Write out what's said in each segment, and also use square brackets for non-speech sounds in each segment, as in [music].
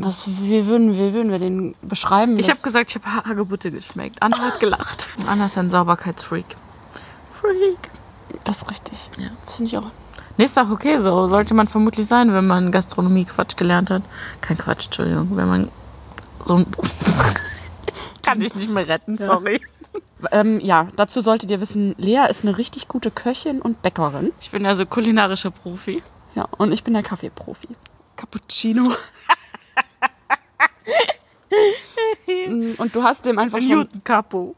Was, wie, würden, wie würden wir den beschreiben? Ich habe Das- gesagt, ich habe Hagebutte geschmeckt. Anna hat gelacht. [laughs] Anna ist ein Sauberkeitsfreak. Freak. das ist richtig. Ja. Das finde ich auch. Nee, ist auch okay so. Sollte man vermutlich sein, wenn man Gastronomie-Quatsch gelernt hat. Kein Quatsch, Entschuldigung. Wenn man so ein... [laughs] Kann ich nicht mehr retten, sorry. Ähm, ja, dazu solltet ihr wissen, Lea ist eine richtig gute Köchin und Bäckerin. Ich bin also kulinarischer Profi. Ja, und ich bin der Kaffeeprofi. [laughs] Cappuccino. Mm, und du hast dem einfach schon... Capo.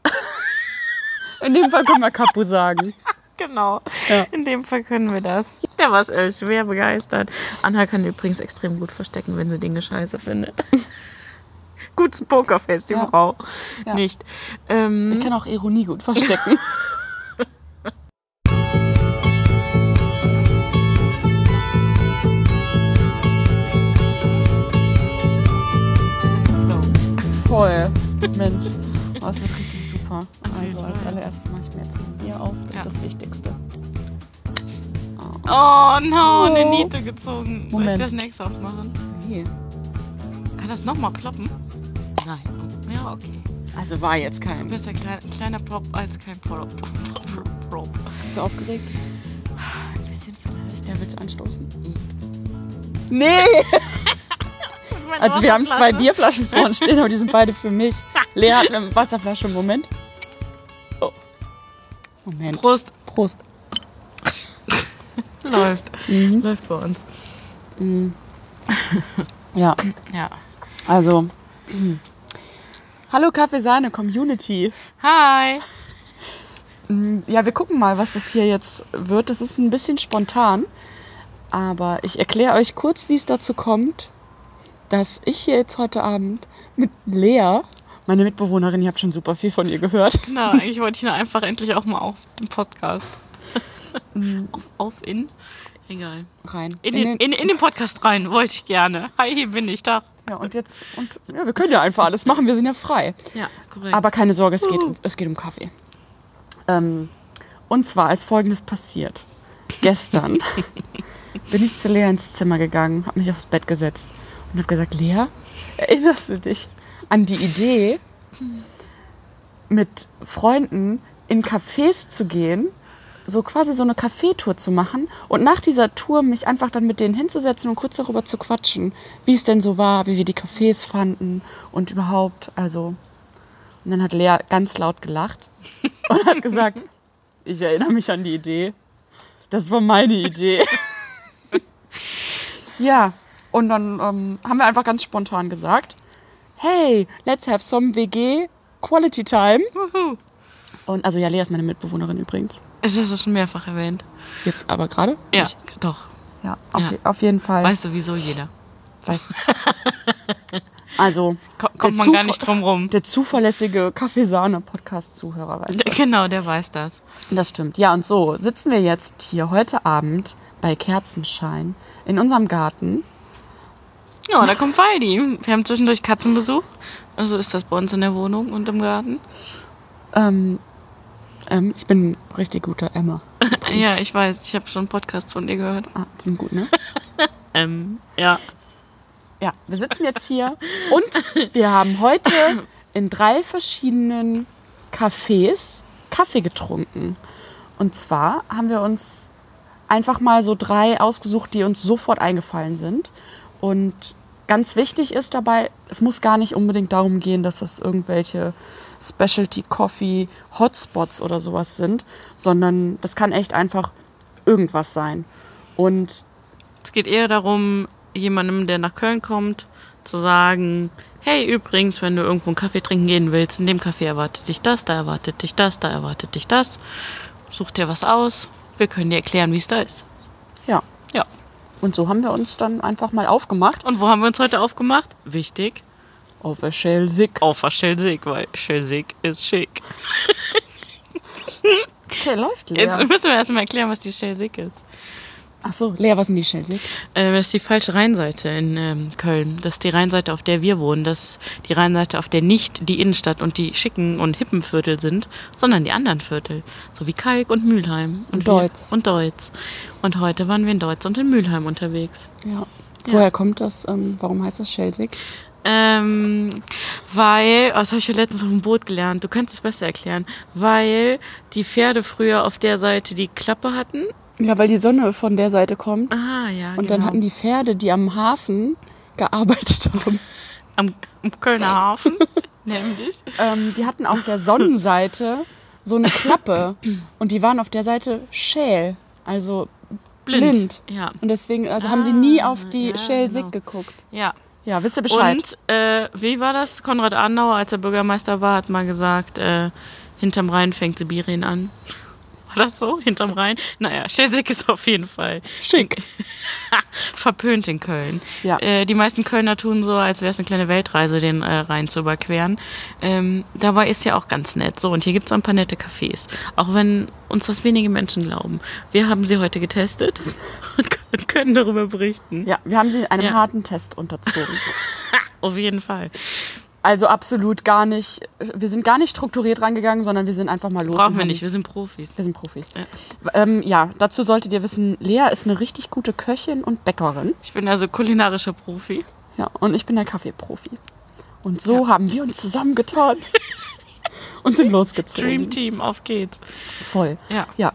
In dem Fall können wir Capu sagen. Genau. Ja. In dem Fall können wir das. Der war äh, schwer begeistert. Anna kann übrigens extrem gut verstecken, wenn sie Dinge scheiße findet. [laughs] Gutes Pokerface, die Ja. Frau. Ja. Nicht. Ähm, Ich kann auch Ironie gut [laughs] verstecken. Voll. Mensch. Oh, es wird richtig super. Also als allererstes mache ich mir jetzt ein Bier auf. Das Ja. ist das Wichtigste. Oh no, eine Oh. Niete gezogen. Soll ich Moment. das nächste aufmachen? Kann das nochmal ploppen? Nein. Ja, okay. Also war jetzt kein. Besser klein, ein kleiner Plop als kein Plop. Plop, Plop. Bist du aufgeregt? Ein bisschen vielleicht. Der will's anstoßen. Nee! Meine Also wir haben zwei Wasserflasche. Bierflaschen vor uns stehen, aber die sind beide für mich. Lea hat eine Wasserflasche. Moment. Oh. Moment. Prost. Prost. [laughs] Läuft. Mhm. Läuft bei uns. Ja, Ja. also. Hallo Kaffeesahne Community. Hi. Ja, wir gucken mal, was das hier jetzt wird. Das ist ein bisschen spontan, aber ich erkläre euch kurz, wie es dazu kommt, dass ich hier jetzt heute Abend mit Lea, meine Mitbewohnerin, ihr habt schon super viel von ihr gehört, Na, eigentlich wollte ich nur einfach endlich auch mal auf den Podcast. auf, auf in. Egal. rein. Mhm. In, den, in, in den Podcast rein, wollte ich gerne. Hi, hier bin ich da. ja, und jetzt, und ja, wir können ja einfach alles machen, wir sind ja frei. Ja, korrekt. Aber keine Sorge, es geht, Uhu. es geht um Kaffee. Ähm, und zwar ist Folgendes passiert. Gestern bin ich zu Lea ins Zimmer gegangen, habe mich aufs Bett gesetzt und habe gesagt, Lea, erinnerst du dich an die Idee, mit Freunden in Cafés zu gehen, so quasi so eine Kaffeetour zu machen und nach dieser Tour mich einfach dann mit denen hinzusetzen und kurz darüber zu quatschen, wie es denn so war, wie wir die Cafés fanden und überhaupt, also und dann hat Lea ganz laut [laughs] gelacht und hat gesagt, ich erinnere mich an die Idee. Das war meine [laughs] Idee. ja, und dann ähm, haben wir einfach ganz spontan gesagt, hey, let's have some WG Quality Time. Wuhu. Und also ja, Lea ist meine Mitbewohnerin übrigens. Es ist ja schon mehrfach erwähnt. Jetzt aber gerade. Ja, Ich, doch. ja, auf, Ja. Je, auf jeden Fall. Weißt du, wieso jeder? Weiß. [laughs] Also, Ko- kommt man der gar Zufa- nicht drum rum. Der zuverlässige Kaffeesahne-Podcast-Zuhörer weiß das. [laughs] Genau, der weiß das. Das stimmt. Ja, und so sitzen wir jetzt hier heute Abend bei Kerzenschein in unserem Garten. Ja, da kommt Faldi. Wir haben zwischendurch Katzenbesuch. Also ist das bei uns in der Wohnung und im Garten. Ähm, ähm, ich bin ein richtig guter Emma. Ja, ich weiß. Ich habe schon Podcasts von dir gehört. Ah, die sind gut, ne? Ähm, ja. Ja, wir sitzen jetzt hier und wir haben heute in drei verschiedenen Cafés Kaffee getrunken. Und zwar haben wir uns einfach mal so drei ausgesucht, die uns sofort eingefallen sind. Und ganz wichtig ist dabei, es muss gar nicht unbedingt darum gehen, dass das irgendwelche Specialty Coffee Hotspots oder sowas sind, sondern das kann echt einfach irgendwas sein. Und Es geht eher darum, jemandem, der nach Köln kommt, zu sagen, hey, übrigens, wenn du irgendwo einen Kaffee trinken gehen willst, in dem Kaffee erwartet dich das, da erwartet dich das, da erwartet dich das. Such dir was aus. Wir können dir erklären, wie es da ist. ja, Ja. und so haben wir uns dann einfach mal aufgemacht. Und wo haben wir uns heute aufgemacht? Wichtig, Auf der Schelsig. auf der Schelsig, weil Schelsig ist schick. Okay, läuft Lea. Jetzt müssen wir erstmal erklären, was die Schelsig ist. Achso, Lea, was ist denn die Schelsig? Äh, das ist die falsche Rheinseite in ähm, Köln. Das ist die Rheinseite, auf der wir wohnen. Das ist die Rheinseite, auf der nicht die Innenstadt und die schicken und hippen Viertel sind, sondern die anderen Viertel. So wie Kalk und Mülheim. Und wir- Deutz. Und Deutz. Und heute waren wir in Deutz und in Mülheim unterwegs. Ja. Woher kommt das? Ähm, warum heißt das Schelsig? Ähm, weil, oh, das habe ich ja letztens auf dem Boot gelernt, du kannst es besser erklären, weil die Pferde früher auf der Seite die Klappe hatten. Ja, weil die Sonne von der Seite kommt. Ah ja, Und dann hatten die Pferde, die am Hafen gearbeitet [laughs] haben, am, am [laughs] Kölner Hafen, nämlich. ähm, die hatten auf der Sonnenseite so eine Klappe. Und die waren auf der Seite schäl, also blind. Ja, Ah, Und deswegen, also haben sie nie auf die ja, Schelsig genau. geguckt. ja. Ja, wisst ihr Bescheid. Und äh, wie war das? Konrad Adenauer, als er Bürgermeister war, hat mal gesagt, äh, hinterm Rhein fängt Sibirien an. War das so? Hinterm Rhein? Naja, Schelsig ist auf jeden Fall Schick. [laughs] verpönt in Köln. Ja. Äh, die meisten Kölner tun so, als wäre es eine kleine Weltreise, den äh, Rhein zu überqueren. Ähm, dabei ist ja auch ganz nett. So, und hier gibt es ein paar nette Cafés. Auch wenn uns das wenige Menschen glauben. Wir haben sie heute getestet [laughs] und können- können darüber berichten. Ja, wir haben sie einem Ja. harten Test unterzogen. [laughs] Auf jeden Fall. Also absolut gar nicht, wir sind gar nicht strukturiert rangegangen, sondern wir sind einfach mal los. Brauchen und wir haben- nicht, wir sind Profis. Wir sind Profis. Ja. Ähm, ja, dazu solltet ihr wissen, Lea ist eine richtig gute Köchin und Bäckerin. Ich bin also kulinarischer Profi. Ja, und ich bin der Kaffeeprofi. Und so haben wir uns [laughs] zusammengetan und sind Dream losgezogen. Team, auf geht's. Voll. Ja. Ja.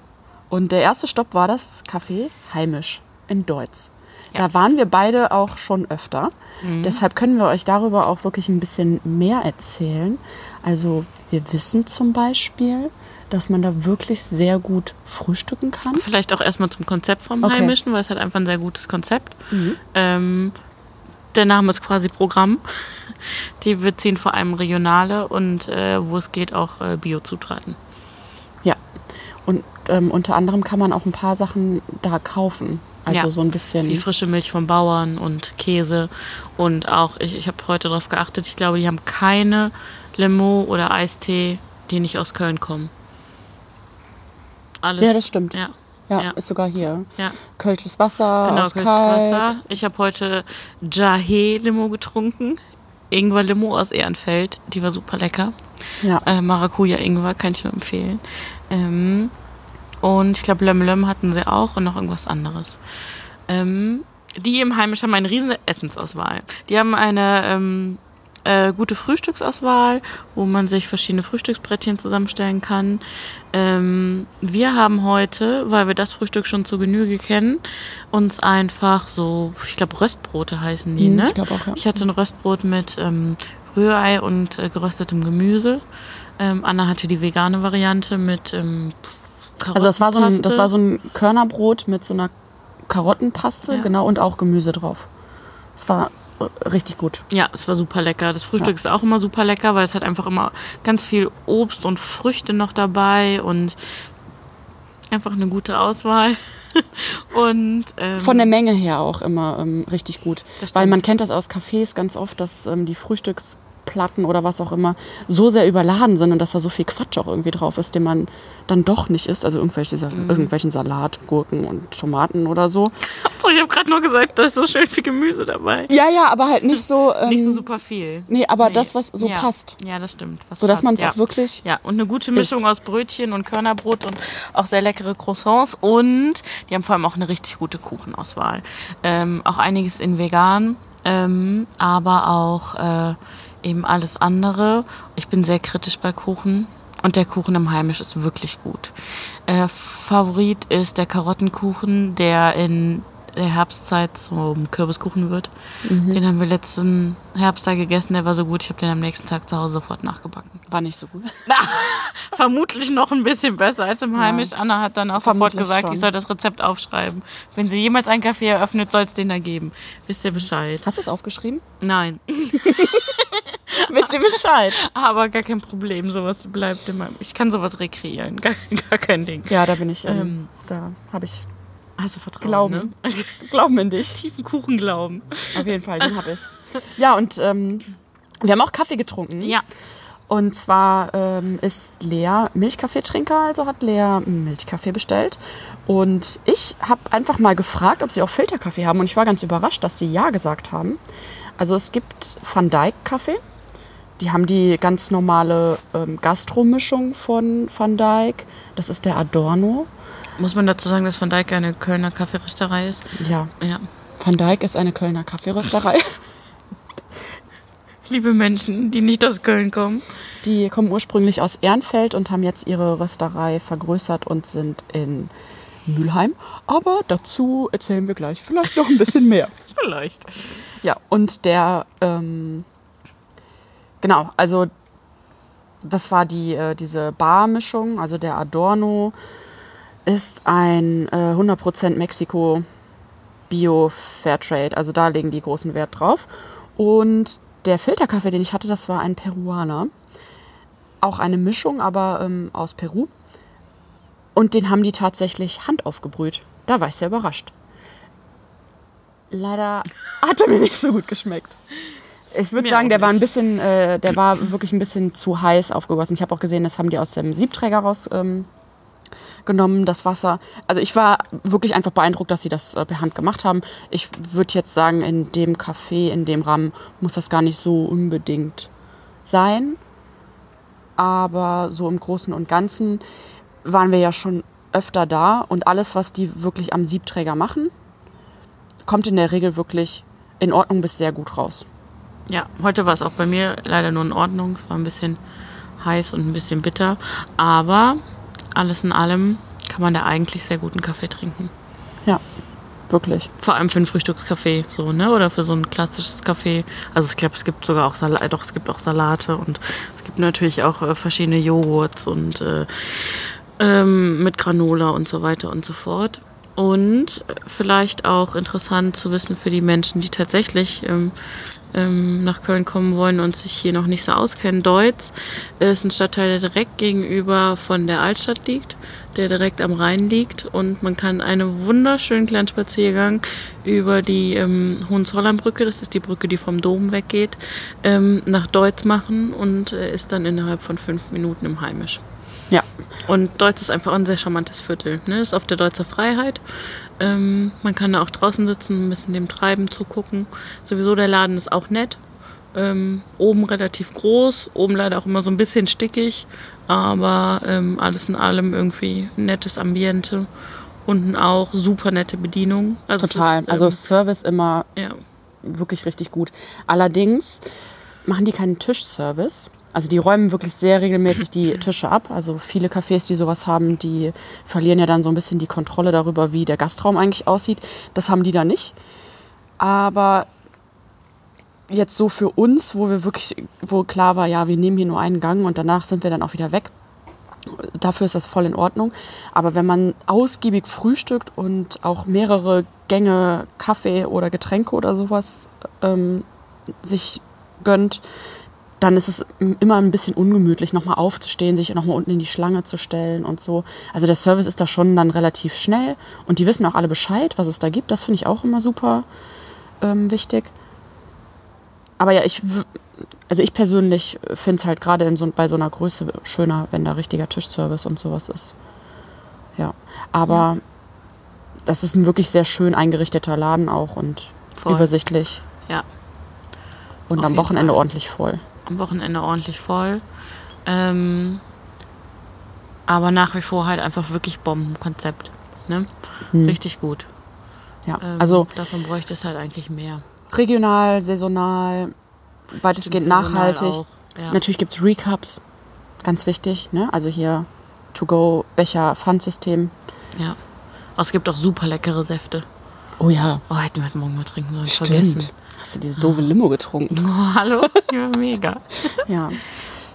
Und der erste Stopp war das Café Heimisch in Deutz. Da waren wir beide auch schon öfter. Mhm. Deshalb können wir euch darüber auch wirklich ein bisschen mehr erzählen. Also wir wissen zum Beispiel, dass man da wirklich sehr gut frühstücken kann. Vielleicht auch erstmal zum Konzept vom Okay. Mhm. Heimischen, weil es halt einfach ein sehr gutes Konzept. Ähm, der Name ist quasi Programm. [laughs] Die beziehen vor allem regionale und äh, wo es geht auch äh, Bio-Zutaten. Ja. Und ähm, unter anderem kann man auch ein paar Sachen da kaufen. Also Ja. so ein bisschen. Wie frische Milch vom Bauern und Käse und auch, ich, ich habe heute darauf geachtet, ich glaube, die haben keine Limo oder Eistee, die nicht aus Köln kommen. Alles. Ja, das stimmt. Ja. ja, ja. ist sogar hier. Ja. Kölsches Wasser Genau, aus kürzes Kalk. Wasser. Ich habe heute Jahe-Limo getrunken. Ingwer-Limo aus Ehrenfeld. Die war super lecker. Ja. Äh, Maracuja-Ingwer kann ich nur empfehlen. Ähm, und ich glaube, Löm-Löm hatten sie auch und noch irgendwas anderes. Ähm, die im Heimisch haben eine riesen Essensauswahl. Die haben eine ähm, äh, gute Frühstücksauswahl, wo man sich verschiedene Frühstücksbrettchen zusammenstellen kann. Ähm, wir haben heute, weil wir das Frühstück schon zu Genüge kennen, uns einfach so, ich glaube, Röstbrote heißen die, Hm, ne? ich glaub auch, ja. Ich hatte ein Röstbrot mit ähm, Rührei und äh, geröstetem Gemüse. Ähm, Anna hatte die vegane Variante mit ähm, Also das war, so ein, das Karottenpaste. war so ein Körnerbrot mit so einer Karottenpaste, Ja. genau, und auch Gemüse drauf. Es war äh, richtig gut. Ja, es war super lecker. Das Frühstück ist auch immer super lecker, weil es hat einfach immer ganz viel Obst und Früchte noch dabei und einfach eine gute Auswahl. [laughs] und ähm, Von der Menge her auch immer ähm, richtig gut. Das Weil stimmt. man kennt das aus Cafés ganz oft, dass ähm, die Frühstücksplatten oder was auch immer so sehr überladen sind und dass da so viel Quatsch auch irgendwie drauf ist, den man dann doch nicht isst. Also irgendwelche, Sa- irgendwelchen Salat, Gurken und Tomaten oder so. so, ich habe gerade nur gesagt, da ist so schön viel Gemüse dabei. Ja, ja, aber halt nicht so. Ähm, Nicht so super viel. Nee, aber das, was so ja. passt. Ja, das stimmt. Was Sodass passt, man es ja. auch wirklich. Ja, und eine gute Mischung aus Brötchen und Körnerbrot und auch sehr leckere Croissants. Und die haben vor allem auch eine richtig gute Kuchenauswahl. Ähm, auch einiges in vegan, ähm, aber auch äh, eben alles andere. Ich bin sehr kritisch bei Kuchen. Und der Kuchen im Heimisch ist wirklich gut. Äh, Favorit ist der Karottenkuchen, der in der Herbstzeit zum Kürbiskuchen wird. Den haben wir letzten Herbst da gegessen, der war so gut, ich habe den am nächsten Tag zu Hause sofort nachgebacken War nicht so gut. [laughs] vermutlich noch ein bisschen besser als im Heimisch. Anna hat dann auch sofort Vermutlich gesagt, schon. ich soll das Rezept aufschreiben. Wenn sie jemals einen Kaffee eröffnet, soll es den da geben. Wisst ihr Bescheid? Hast du es aufgeschrieben? Nein. [laughs] [laughs] Wisst ihr Bescheid? Aber gar kein Problem. Sowas bleibt immer. Ich kann sowas rekreieren. Gar, [laughs] gar kein Ding. Ja, da bin ich. Ähm, da habe ich Hast du Vertrauen? ne? Glauben. [laughs] Glauben in dich. Tiefen Kuchen glauben. Auf jeden Fall, den habe ich. [laughs] Ja, und ähm, wir haben auch Kaffee getrunken. Ja. Und zwar ähm, ist Lea Milchkaffeetrinker, also hat Lea Milchkaffee bestellt. Und ich habe einfach mal gefragt, ob sie auch Filterkaffee haben. Und ich war ganz überrascht, dass sie ja gesagt haben. Also es gibt Van Dijk Kaffee. Die haben die ganz normale ähm, Gastromischung von Van Dijk. Das ist der Adorno. Muss man dazu sagen, dass Van Dijk eine Kölner Kaffeerösterei ist? Ja, Ja. Van Dijk ist eine Kölner [laughs] Kaffeerösterei. Liebe Menschen, die nicht aus Köln kommen. Die kommen ursprünglich aus Ehrenfeld und haben jetzt ihre Rösterei vergrößert und sind in Mülheim. Aber dazu erzählen wir gleich vielleicht noch ein bisschen mehr. Vielleicht. [laughs] Ja, und der, ähm, genau, also das war die, äh, diese Barmischung, also der Adorno ist ein äh, 100% Mexiko Bio Fairtrade, also da legen die großen Wert drauf. Und der Filterkaffee, den ich hatte, das war ein Peruaner. Auch eine Mischung, aber ähm, aus Peru. Und den haben die tatsächlich handaufgebrüht. Da war ich sehr überrascht. [laughs] Leider hat er mir nicht so gut geschmeckt. Ich würde Mir sagen, auch der war ein nicht. bisschen, äh, der war wirklich ein bisschen zu heiß aufgegossen. Ich habe auch gesehen, das haben die aus dem Siebträger rausgenommen, ähm, genommen, das Wasser. Also ich war wirklich einfach beeindruckt, dass sie das äh, per Hand gemacht haben. Ich würde jetzt sagen, in dem Café, in dem Rahmen muss das gar nicht so unbedingt sein. Aber so im Großen und Ganzen waren wir ja schon öfter da und alles, was die wirklich am Siebträger machen, kommt in der Regel wirklich in Ordnung bis sehr gut raus. Ja, heute war es auch bei mir leider nur in Ordnung. Es war ein bisschen heiß und ein bisschen bitter. Aber alles in allem kann man da eigentlich sehr guten Kaffee trinken. Ja, wirklich. Vor allem für einen Frühstückskaffee, so, ne? Oder für so ein klassisches Kaffee. Also ich glaube, es gibt sogar auch Salate, doch, es gibt auch Salate und es gibt natürlich auch äh, verschiedene Joghurts und äh, ähm, mit Granola und so weiter und so fort. Und vielleicht auch interessant zu wissen für die Menschen, die tatsächlich ähm, ähm, nach Köln kommen wollen und sich hier noch nicht so auskennen. Deutz ist ein Stadtteil, der direkt gegenüber von der Altstadt liegt, der direkt am Rhein liegt. Und man kann einen wunderschönen kleinen Spaziergang über die ähm, Hohenzollernbrücke, das ist die Brücke, die vom Dom weggeht, ähm, nach Deutz machen und äh, ist dann innerhalb von fünf Minuten im Heimisch. Ja, Und Deutz ist einfach ein sehr charmantes Viertel. Ne? Ist auf der Deutzer Freiheit. Ähm, man kann da auch draußen sitzen, ein bisschen dem Treiben zugucken. Sowieso der Laden ist auch nett. Ähm, oben relativ groß, oben leider auch immer so ein bisschen stickig, aber ähm, alles in allem irgendwie ein nettes Ambiente. Unten auch super nette Bedienung. Also es total. Ist, ähm, Also Service immer ja. wirklich richtig gut. Allerdings machen die keinen Tischservice. Also die räumen wirklich sehr regelmäßig die Tische ab. Also viele Cafés, die sowas haben, die verlieren ja dann so ein bisschen die Kontrolle darüber, wie der Gastraum eigentlich aussieht. Das haben die da nicht. Aber jetzt so für uns, wo wir wirklich, wo klar war, ja, wir nehmen hier nur einen Gang und danach sind wir dann auch wieder weg. Dafür ist das voll in Ordnung. Aber wenn man ausgiebig frühstückt und auch mehrere Gänge Kaffee oder Getränke oder sowas ähm, sich gönnt, dann ist es m- immer ein bisschen ungemütlich, nochmal aufzustehen, sich nochmal unten in die Schlange zu stellen und so. Also der Service ist da schon dann relativ schnell und die wissen auch alle Bescheid, was es da gibt. Das finde ich auch immer super ähm, wichtig. Aber ja, ich, w- also ich persönlich finde es halt gerade in so, bei so einer Größe schöner, wenn da richtiger Tischservice und sowas ist. Ja, aber das ist ein wirklich sehr schön eingerichteter Laden auch und Voll. übersichtlich ja, und Auf am jeden Wochenende ordentlich voll. am Wochenende ordentlich voll. Ähm, aber nach wie vor halt einfach wirklich Bombenkonzept. Ne? Richtig gut. Ja, Ähm, Hm. also davon bräuchte es halt eigentlich mehr. regional, saisonal, weitestgehend Stimmt, saisonal nachhaltig. auch, ja. Natürlich gibt es Recups, ganz wichtig. Ne? Also hier To-Go-Becher-Pfandsystem. Ja. Aber es gibt auch super leckere Säfte. Oh ja, Oh, hätten wir heute Morgen mal trinken sollen. Vergessen. Hast du diese doofe Limo getrunken? Oh, hallo? [laughs] Ja, mega. Ja.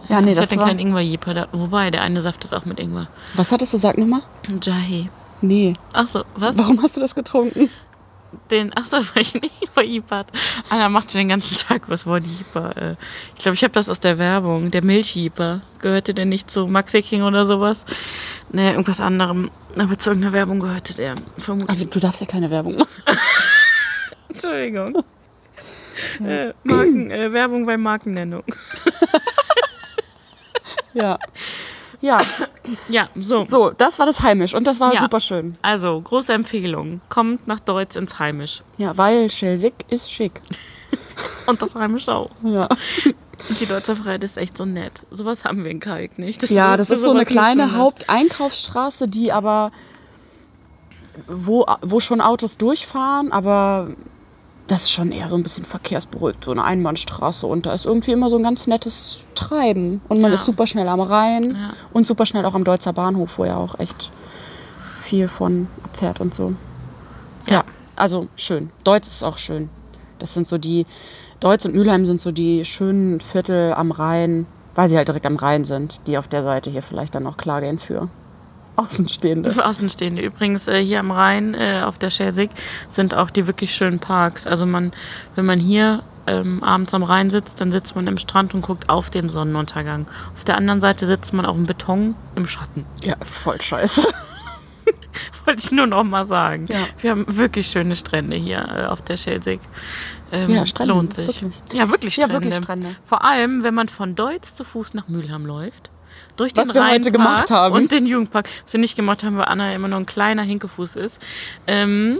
Ja, nee, ich das hatte einen war, kleinen Ingwer-Jeeper. da- Wobei, der eine Saft ist auch mit Ingwer. Was hattest du gesagt nochmal? Jahi. Nee. Achso, was? Warum hast du das getrunken? Den, [laughs] achso, weil ich einen Ingwer-Jeeper hatte. Anna macht schon den ganzen Tag was vor die Jeeper. äh. Ich glaube, ich habe das aus der Werbung. Der Milch-Jeeper. Gehörte der nicht zu Maxi King oder sowas? Nee, irgendwas anderem. Aber zu irgendeiner Werbung gehörte der. Vermutlich. Aber Ah, du darfst ja keine Werbung machen. [laughs] Entschuldigung. Äh, Marken, äh, Werbung bei Markennennung. Ja. Ja, Ja, so. so, das war das Heimisch und das war Ja. super schön. Also, große Empfehlung. Kommt nach Deutsch ins Heimisch. Ja, weil Schelsig ist schick. Und das Heimisch auch. Ja. Und die Deutsche Freiheit ist echt so nett. Sowas haben wir in Kalk nicht. Ja, das für ist so eine sowas müssen kleine wir- Haupteinkaufsstraße, die aber wo, wo schon Autos durchfahren, aber das ist schon eher so ein bisschen verkehrsberuhigt, so eine Einbahnstraße. Und da ist irgendwie immer so ein ganz nettes Treiben. Und man Ja. ist super schnell am Rhein Ja. und super schnell auch am Deutzer Bahnhof, wo ja auch echt viel von abfährt und so. Ja. also schön. Deutz ist auch schön. Das sind so die, Deutz und Mülheim sind so die schönen Viertel am Rhein, weil sie halt direkt am Rhein sind, die auf der Seite hier vielleicht dann auch klar gehen für Außenstehende. [laughs] Für Außenstehende. Übrigens, äh, hier am Rhein äh, auf der Schelsig sind auch die wirklich schönen Parks. Also man, wenn man hier ähm, abends am Rhein sitzt, dann sitzt man im Strand und guckt auf den Sonnenuntergang. Auf der anderen Seite sitzt man auf dem Beton im Schatten. Ja, voll scheiße. [laughs] Wollte ich nur noch mal sagen. Ja. Wir haben wirklich schöne Strände hier äh, auf der Schelsig. Ähm, Ja, Strände, Lohnt sich. wirklich. Ja, wirklich Ja, Strände. wirklich Strände. Vor allem, wenn man von Deutz zu Fuß nach Mülheim läuft. Durch Was den wir heute Rheinpark gemacht haben. Und den Jugendpark. Was wir nicht gemacht haben, weil Anna immer noch ein kleiner Hinkefuß ist. Ähm,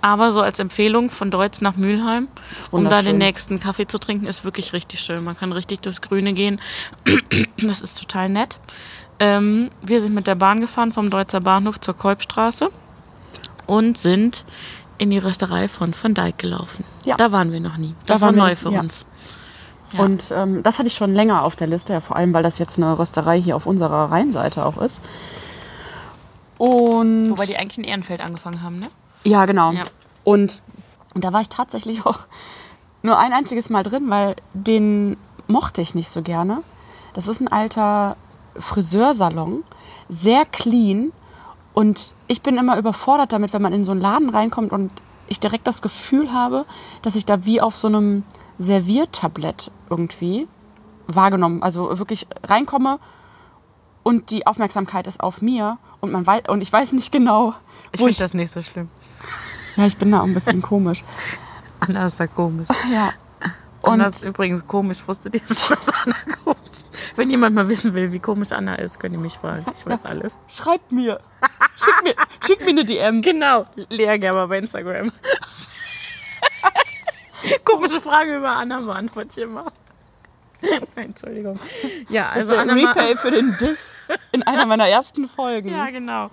aber so als Empfehlung von Deutz nach Mülheim, Ist um da den wunderschön. nächsten Kaffee zu trinken, ist wirklich richtig schön. Man kann richtig durchs Grüne gehen. [clears throat] Das ist total nett. Ähm, wir sind mit der Bahn gefahren vom Deutzer Bahnhof zur Kolbstraße und sind in die Rösterei von Van Dijk gelaufen. Ja. Da waren wir noch nie. Das waren wir war neu noch- für ja. uns. Ja. Und ähm, das hatte ich schon länger auf der Liste, ja, vor allem, weil das jetzt eine Rösterei hier auf unserer Rheinseite auch ist. Und Wobei die eigentlich in Ehrenfeld angefangen haben, ne? ja, genau. Ja. Und da war ich tatsächlich auch [laughs] nur ein einziges Mal drin, weil den mochte ich nicht so gerne. Das ist ein alter Friseursalon, sehr clean. Und ich bin immer überfordert damit, wenn man in so einen Laden reinkommt und ich direkt das Gefühl habe, dass ich da wie auf so einem Serviertablett irgendwie wahrgenommen, also wirklich reinkomme und die Aufmerksamkeit ist auf mir und man weiß und ich weiß nicht genau, wo ich, das nicht so schlimm. ja, ich bin da auch ein bisschen [laughs] komisch. Anna ist da komisch. Ja. Und Und Anna ist übrigens komisch. Wusstet ihr schon, dass Anna [laughs] komisch ist? Wenn jemand mal wissen will, wie komisch Anna ist, könnt ihr mich fragen. [laughs] Ich weiß alles. schreibt mir. Schick mir, schick mir eine DM. Genau, Lea Gerber bei Instagram. [laughs] Komische Frage über Anna beantworte ich immer. [laughs] Nein, Entschuldigung. Ja, also Also Anna ein Ma- Replay für den Diss in einer meiner ersten Folgen. [laughs] Ja, genau.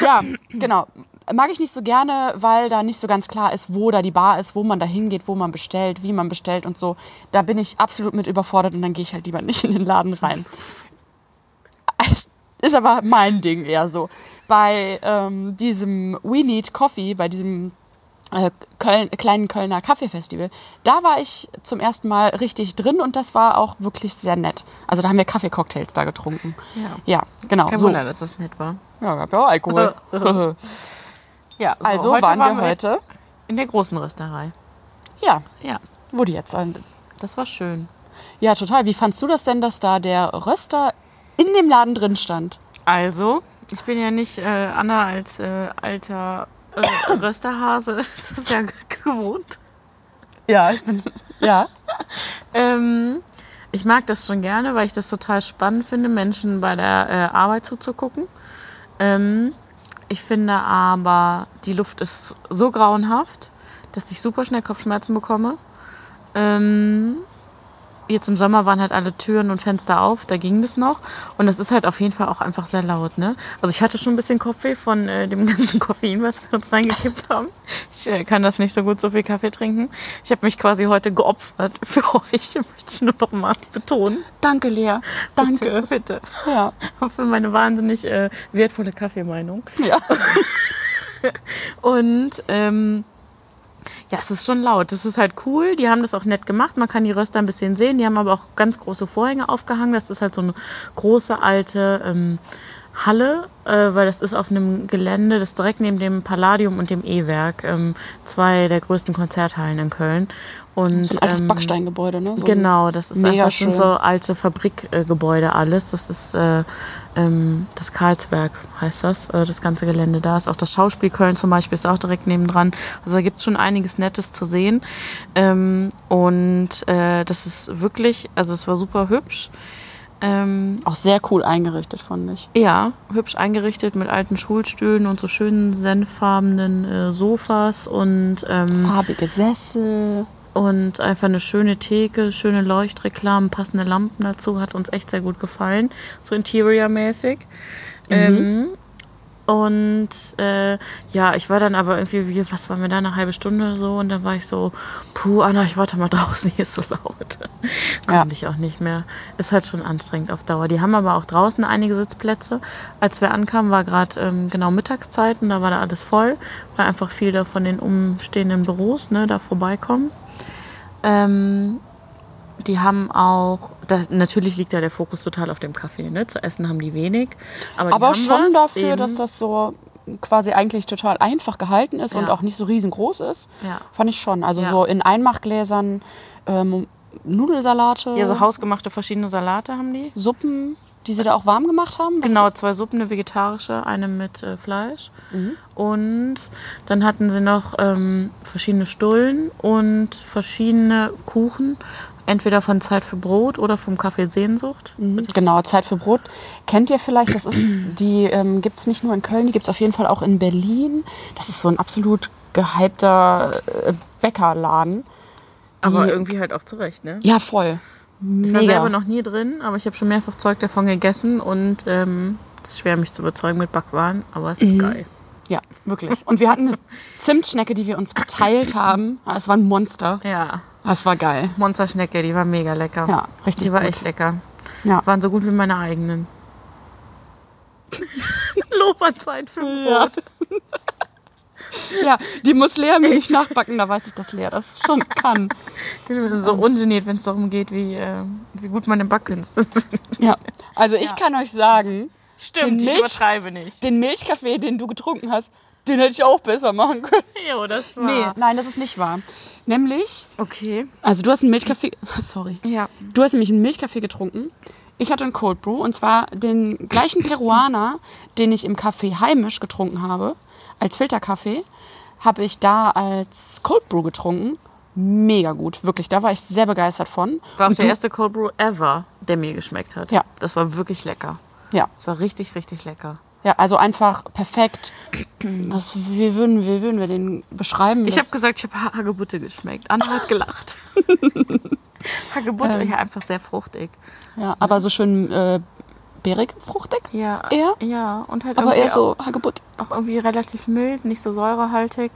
Ja, genau. Mag ich nicht so gerne, weil da nicht so ganz klar ist, wo da die Bar ist, wo man da hingeht, wo man bestellt, wie man bestellt und so. Da bin ich absolut mit überfordert und dann gehe ich halt lieber nicht in den Laden rein. [laughs] Es ist aber mein Ding eher so. Bei ähm, diesem We Need Coffee, bei diesem äh, Köln, kleinen Kölner Kaffeefestival, da war ich zum ersten Mal richtig drin und das war auch wirklich sehr nett. Also da haben wir Kaffeecocktails da getrunken. Ja. Ja, genau. Kein so. Wunder, dass das nett war. Ja, gab ja auch Alkohol. [laughs] Ja, so, Also heute waren wir heute. in der großen Rösterei. Ja, Ja, wo die jetzt sind. das war schön. Ja, total. Wie fandst du das denn, dass da der Röster in dem Laden drin stand? Also, ich bin ja nicht äh, Anna als äh, alter äh, Rösterhase, [laughs] ist das ja gewohnt. Ja, ich bin. Ja. Ähm, ich mag das schon gerne, weil ich das total spannend finde, Menschen bei der äh, Arbeit zuzugucken. Ähm, ich finde aber, die Luft ist so grauenhaft, dass ich super schnell Kopfschmerzen bekomme. Ähm, jetzt im Sommer waren halt alle Türen und Fenster auf, da ging das noch. Und das ist halt auf jeden Fall auch einfach sehr laut. Ne? Also ich hatte schon ein bisschen Kopfweh von äh, dem [laughs] ganzen Koffein, was wir uns reingekippt haben. Ich äh, kann das nicht so gut, so viel Kaffee trinken. Ich habe mich quasi heute geopfert für [laughs] euch, möchte ich nur noch mal betonen. [laughs] Danke, Lea. Danke. Bitte. Ja. [laughs] Für meine wahnsinnig äh, wertvolle Kaffeemeinung. ja. [laughs] Und ähm, ja, es ist schon laut. Das ist halt cool. Die haben das auch nett gemacht. Man kann die Röster ein bisschen sehen. Die haben aber auch ganz große Vorhänge aufgehangen. Das ist halt so eine große alte ähm, Halle, äh, weil das ist auf einem Gelände, das ist direkt neben dem Palladium und dem E-Werk, ähm, zwei der größten Konzerthallen in Köln. Und, So ein altes ähm, Backsteingebäude, ne? So ein- Genau, das ist Mega einfach sind schön. so alte Fabrikgebäude alles. Das ist äh, ähm, das Karlsberg heißt das, äh, das ganze Gelände da ist. Auch das Schauspiel Köln zum Beispiel ist auch direkt nebendran. Also da gibt es schon einiges Nettes zu sehen. Ähm, und äh, das ist wirklich, also es war super hübsch. Ähm, Auch sehr cool eingerichtet, fand ich. ja, hübsch eingerichtet mit alten Schulstühlen und so schönen senffarbenen äh, Sofas und ähm, Farbige Sessel. und einfach eine schöne Theke, schöne Leuchtreklamen, passende Lampen dazu. Hat uns echt sehr gut gefallen. So Interior-mäßig. Ähm, Und äh, ja, ich war dann aber irgendwie, wie- was war mir da, eine halbe Stunde oder so. Und dann war ich so, puh, Anna, ich warte mal [laughs] draußen, hier ist so laut. Ja. Konnte ich auch nicht mehr. Ist halt schon anstrengend auf Dauer. Die haben aber auch draußen einige Sitzplätze. Als wir ankamen, war gerade ähm, genau Mittagszeit und da war da alles voll, weil einfach viele von den umstehenden Büros ne, da vorbeikommen. Ähm, die haben auch, das, natürlich liegt da der Fokus total auf dem Kaffee. Ne? Zu essen haben die wenig. Aber, die Aber haben schon was, dafür, eben. dass das so quasi eigentlich total einfach gehalten ist und Ja. auch nicht so riesengroß ist, Ja. fand ich schon. Also Ja. so in Einmachgläsern ähm, Nudelsalate, Ja, so hausgemachte verschiedene Salate haben die. Suppen, die sie da auch warm gemacht haben. was Genau, zwei Suppen, eine vegetarische, eine mit äh, Fleisch. Mhm. Und dann hatten sie noch ähm, verschiedene Stullen und verschiedene Kuchen. Entweder von Zeit für Brot oder vom Kaffee Sehnsucht. Mhm, Genau, Zeit für Brot. Kennt ihr vielleicht, das [clears throat] ist, die ähm, gibt es nicht nur in Köln, die gibt es auf jeden Fall auch in Berlin. Das ist so ein absolut gehypter äh, Bäckerladen. Aber die- irgendwie halt auch zurecht, ne? Ja, voll. Ich Mega. war selber noch nie drin, aber ich habe schon mehrfach Zeug davon gegessen und ähm, es ist schwer, mich zu überzeugen mit Backwaren, aber es ist Mhm. geil. ja, wirklich. Und wir hatten [laughs] eine Zimtschnecke, die wir uns geteilt haben. Ah, Es war ein Monster. Ja, Das war geil. Monsterschnecke, die war mega lecker. Ja, richtig Die war gut. echt lecker. [laughs] Ja. Waren so gut wie meine [laughs] eigenen. Lob an Zeit für Brot. ja, die muss Lea mir nicht nachbacken, da weiß ich, dass Lea das schon kann. Ich bin so ungeniert, wenn es darum geht, wie, äh, wie gut meine Backkünste sind. Ja. Also ich kann euch sagen, Stimmt, ich übertreibe nicht. den Milchkaffee, den du getrunken hast, den hätte ich auch besser machen können. Ja, oh, das Nee, war. nein, das ist nicht wahr. Nämlich, Okay. also du hast einen Milchkaffee, [laughs] sorry, Ja. du hast nämlich einen Milchkaffee getrunken. Ich hatte einen Cold Brew und zwar den gleichen Peruaner, [laughs] den ich im Kaffee heimisch getrunken habe, als Filterkaffee, habe ich da als Cold Brew getrunken. Mega gut, wirklich, da war ich sehr begeistert von. War auch und der du, erste Cold Brew ever, der mir geschmeckt hat. Ja. Das war wirklich lecker. ja, Das war richtig, richtig lecker. ja, also einfach perfekt. [clears throat] Was, wie, würden, wie würden wir den beschreiben? Ich Das- habe gesagt, ich habe Hagebutte geschmeckt. Anna hat gelacht. [laughs] Ähm. Hagebutte, ja, einfach sehr fruchtig. ja, aber so schön äh, bärig, fruchtig. Ja. Eher? Ja, und halt Aber irgendwie eher so Hagebutt. auch, auch irgendwie relativ mild, nicht so säurehaltig.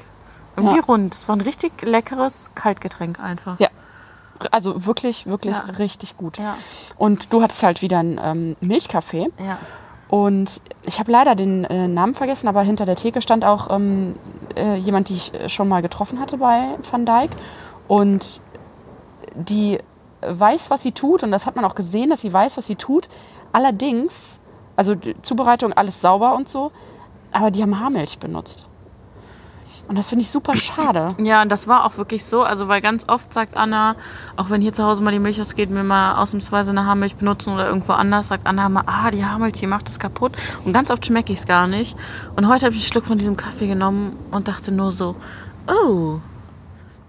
Irgendwie Ja. rund. Es war ein richtig leckeres Kaltgetränk einfach. Ja. Also wirklich, wirklich Ja. richtig gut. Ja. Und du hattest halt wieder einen ähm, Milchkaffee. Ja. Und ich habe leider den äh, Namen vergessen, aber hinter der Theke stand auch ähm, äh, jemand, die ich äh, schon mal getroffen hatte bei Van Dijk. Und die weiß, was sie tut. Und das hat man auch gesehen, dass sie weiß, was sie tut. Allerdings, also die Zubereitung, alles sauber und so. Aber die haben Haarmilch benutzt. Und das finde ich super schade. Ja, und das war auch wirklich so. Also, weil ganz oft sagt Anna, auch wenn hier zu Hause mal die Milch ausgeht, wir mal ausnahmsweise eine Haarmilch benutzen oder irgendwo anders, sagt Anna immer, ah, die Haarmilch, die macht das kaputt. Und ganz oft schmecke ich es gar nicht. Und heute habe ich einen Schluck von diesem Kaffee genommen und dachte nur so, oh.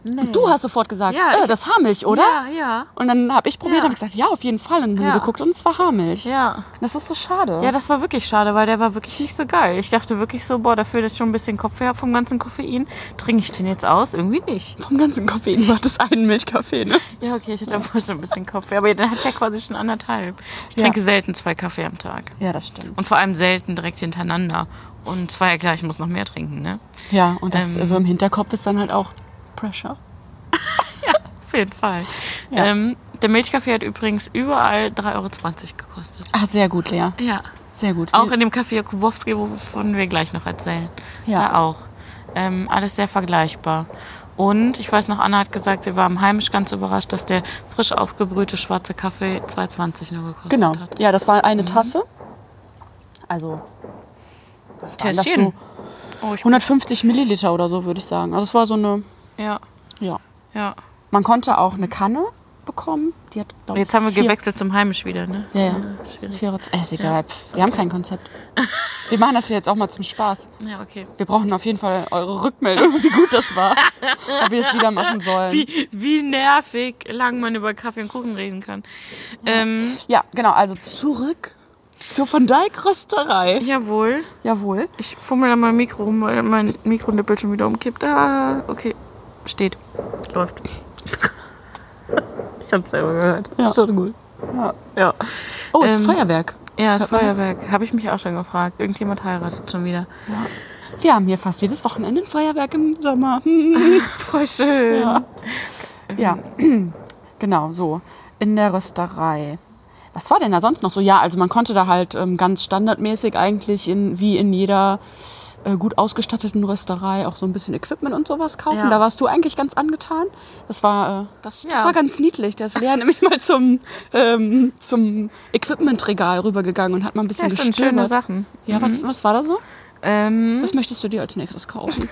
Nee. Du hast sofort gesagt, Ja, äh, ich- das ist Haarmilch, oder? Ja, ja. Und dann habe ich probiert Ja. und gesagt, ja, auf jeden Fall. Und dann Ja. haben wir geguckt und es war Haarmilch. Ja. Das ist so schade. Ja, das war wirklich schade, weil der war wirklich nicht so geil. Ich dachte wirklich so, boah, dafür, dass ich schon ein bisschen Kopf habe vom ganzen Koffein, trinke ich den jetzt aus? Irgendwie nicht. Vom ganzen Koffein war das einen Milchkaffee. Ne? Ja, okay, ich hatte davor schon ein bisschen Kopf. Aber dann hatte ich ja quasi schon anderthalb. Ich Ja. trinke selten zwei Kaffee am Tag. Ja, das stimmt. Und vor allem selten direkt hintereinander. Und zwei, klar, ich muss noch mehr trinken, ne? Ja, und das Ähm. so im Hinterkopf ist dann halt auch Pressure. Auf jeden Fall. Ja. Ähm, der Milchkaffee hat übrigens überall 3,20 Euro gekostet. Ach, Ah, sehr gut, Lea. Ja. Sehr gut. Auch in dem Café Jakubowski, wovon wir gleich noch erzählen. Ja. Da auch. Ähm, alles sehr vergleichbar. Und ich weiß noch, Anna hat gesagt, sie war im Heimisch ganz überrascht, dass der frisch aufgebrühte schwarze Kaffee 2,20 nur gekostet genau. hat. Ja, das war eine Tasse. Also, was waren das Tässchen. so? Oh, ich, 150 Milliliter oder so, würde ich sagen. Also es war so eine, ja, ja. ja. Man konnte auch eine Kanne bekommen. Die hat, glaub ich, Jetzt haben wir vier- gewechselt zum Heimisch wieder, ne? Ja, ja. Schwierig. Vier, äh, ist egal. Pff, wir haben kein [laughs] Konzept. Wir machen das hier jetzt auch mal zum Spaß. Ja, okay. Wir brauchen auf jeden Fall eure Rückmeldung, [laughs] wie gut das war. Ob wir es wieder machen sollen. Wie, wie nervig lang man über Kaffee und Kuchen reden kann. Ähm, Ja, genau. Also zurück zur Van Dijk Rösterei. jawohl. Jawohl. Ich fummel an meinem Mikro rum, weil mein Mikronippel schon wieder umkippt. Ah, okay. Steht. Läuft. ich hab's selber gehört. Ja. Schon gut. Ja. Ja. Oh, es ist Ähm, Feuerwerk. Ja, das Hört man das? Feuerwerk. Habe ich mich auch schon gefragt. Irgendjemand heiratet schon wieder. Wir haben hier fast jedes Wochenende ein Feuerwerk im Sommer. Hm. Voll schön. Ja. ja, [clears throat] genau, so. In der Rösterei. Was war denn da sonst noch so? Ja, also man konnte da halt ähm, ganz standardmäßig eigentlich in, wie in jeder äh, gut ausgestatteten Rösterei auch so ein bisschen Equipment und sowas kaufen. Ja. Da warst du eigentlich ganz angetan. Das war, äh, das, das Ja. war ganz niedlich. Der ist Lea [laughs] nämlich mal zum, ähm, zum Equipmentregal rübergegangen und hat mal ein bisschen Ja, stimmt. Schöne gestöbert. Sachen. Mhm. Ja, was, was war da so? Ähm, Was möchtest du dir als nächstes kaufen?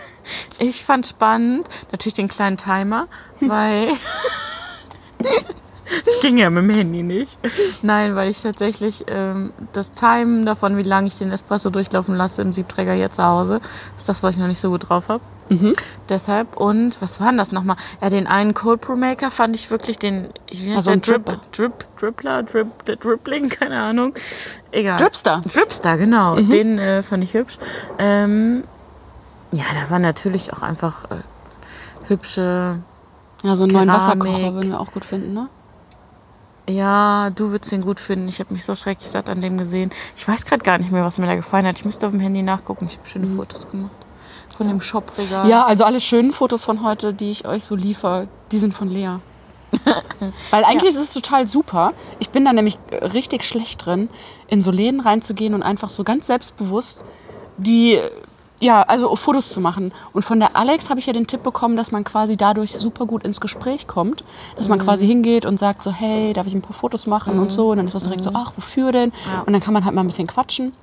ich fand spannend, natürlich den kleinen Timer, weil. [laughs] Es ging ja mit dem Handy nicht. Nein, weil ich tatsächlich ähm, das Timen davon, wie lange ich den Espresso durchlaufen lasse im Siebträger hier zu Hause, ist das, was ich noch nicht so gut drauf habe. Mhm. Deshalb, und was war denn das nochmal? Ja, den einen Cold Brew Maker fand ich wirklich den. Wie heißt Also der? ein Dripper. Drip, Drip, Drippler, Drip, der Dribbling, [laughs] keine Ahnung. Egal. Dripster. Mhm. Dripster, genau. Den äh, fand ich hübsch. Ähm, ja, da war natürlich auch einfach äh, hübsche. Ja, so einen neuen Keramik. Wasserkocher würden wir auch gut finden, ne? Ja, du würdest den gut finden. Ich habe mich so schrecklich satt an dem gesehen. Ich weiß gerade gar nicht mehr, was mir da gefallen hat. Ich müsste auf dem Handy nachgucken. Ich habe schöne Fotos gemacht. Von dem Shopregal. Mhm. Ja, also alle schönen Fotos von heute, die ich euch so liefere, die sind von Lea. Weil eigentlich ist es total super. Ich bin da nämlich äh, richtig schlecht drin, in so Läden reinzugehen und einfach so ganz selbstbewusst die, äh, ja, also Fotos zu machen. Und von der Alex habe ich ja den Tipp bekommen, dass man quasi dadurch super gut ins Gespräch kommt. Dass man quasi hingeht und sagt so, hey, darf ich ein paar Fotos machen und so. Und dann ist das direkt so, ach, wofür denn? Und dann kann man halt mal ein bisschen quatschen.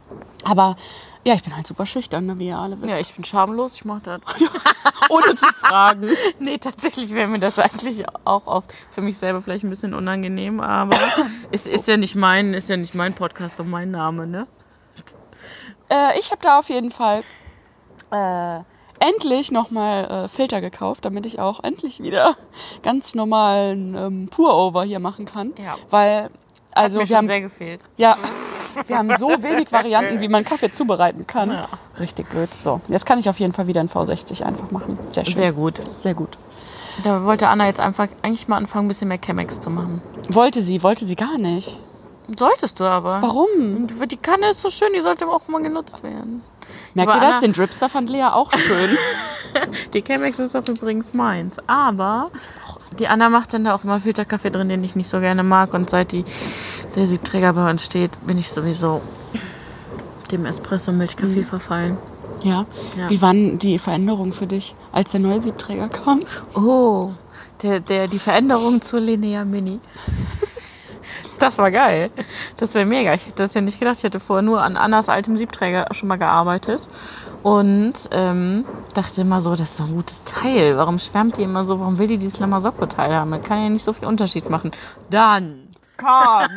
Aber ja, ich bin halt super schüchtern, ne, wie ihr alle wisst. Ja, ich bin schamlos. Ich mache das. [laughs] Ohne zu fragen. [laughs] nee, tatsächlich wäre mir das eigentlich auch oft für mich selber vielleicht ein bisschen [laughs] unangenehm, aber es ist ja nicht mein, ist ja nicht mein Podcast und mein Name, ne? Äh, ich habe da auf jeden Fall äh, endlich nochmal äh, Filter gekauft, damit ich auch endlich wieder [laughs] ganz normalen ähm, Pour-Over hier machen kann. Ja. Weil, also Mir wir schon haben, sehr gefehlt. ja, wir haben so wenig [laughs] Varianten, wie man Kaffee zubereiten kann. Richtig blöd. So, jetzt kann ich auf jeden Fall wieder einen V60 einfach machen. Sehr schön. Sehr gut. Sehr gut. Da wollte Anna jetzt einfach eigentlich mal anfangen, ein bisschen mehr Chemex zu machen. Wollte sie, wollte sie gar nicht. Solltest du aber. Warum? Und Die Kanne ist so schön, die sollte auch mal genutzt werden. Merkt Aber ihr das? Anna- Den Dripster fand Lea auch [laughs] schön. Die Chemex ist auch übrigens meins. Aber die Anna macht dann da auch mal Filterkaffee drin, den ich nicht so gerne mag. Und seit die, der Siebträger bei uns steht, bin ich sowieso dem Espresso-Milchkaffee verfallen. ja. Ja. Wie waren die Veränderungen für dich, als der neue Siebträger kam? Oh, der, der, die Veränderung zu Linear Mini. Das war geil. Das wäre mega. Ich hätte das ja nicht gedacht. Ich hätte vorher nur an Annas altem Siebträger schon mal gearbeitet. Und ähm, dachte immer so, das ist doch ein gutes Teil. Warum schwärmt die immer so? Warum will die dieses Lamasocco-Teil haben? Das kann ja nicht so viel Unterschied machen. Dann. kam.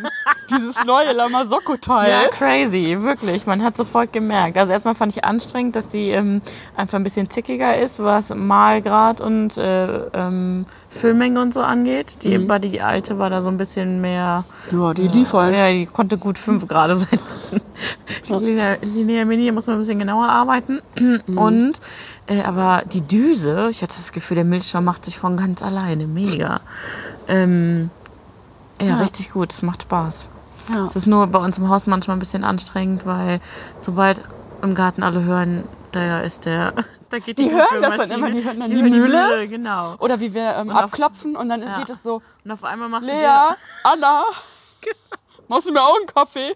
Dieses neue Lamasocco-Teil. Ja, crazy, wirklich. Man hat sofort gemerkt. Also erstmal fand ich anstrengend, dass die ähm, einfach ein bisschen zickiger ist, was Mahlgrad und äh, ähm, Füllmenge und so angeht. Die, bei die alte war da so ein bisschen mehr. Ja, die lief halt. Ja, die konnte gut 5 Grad sein lassen. Die Linear- Linear Mini muss man ein bisschen genauer arbeiten. Mhm. Und, äh, aber die Düse, ich hatte das Gefühl, der Milchschaum macht sich von ganz alleine. Mega. Ähm, ja, richtig gut. Es macht Spaß. Ja. Es ist nur bei uns im Haus manchmal ein bisschen anstrengend, weil sobald im Garten alle hören, da ist der. [laughs] Da geht die, Die hören das dann Kaffeemaschine. immer, die hören dann die hören Mühle. Genau. Oder wie wir ähm, auf- abklopfen und dann Ja. geht es so, Und auf einmal machst du dir Genau. Lea, [laughs] Anna, machst du mir auch einen Kaffee?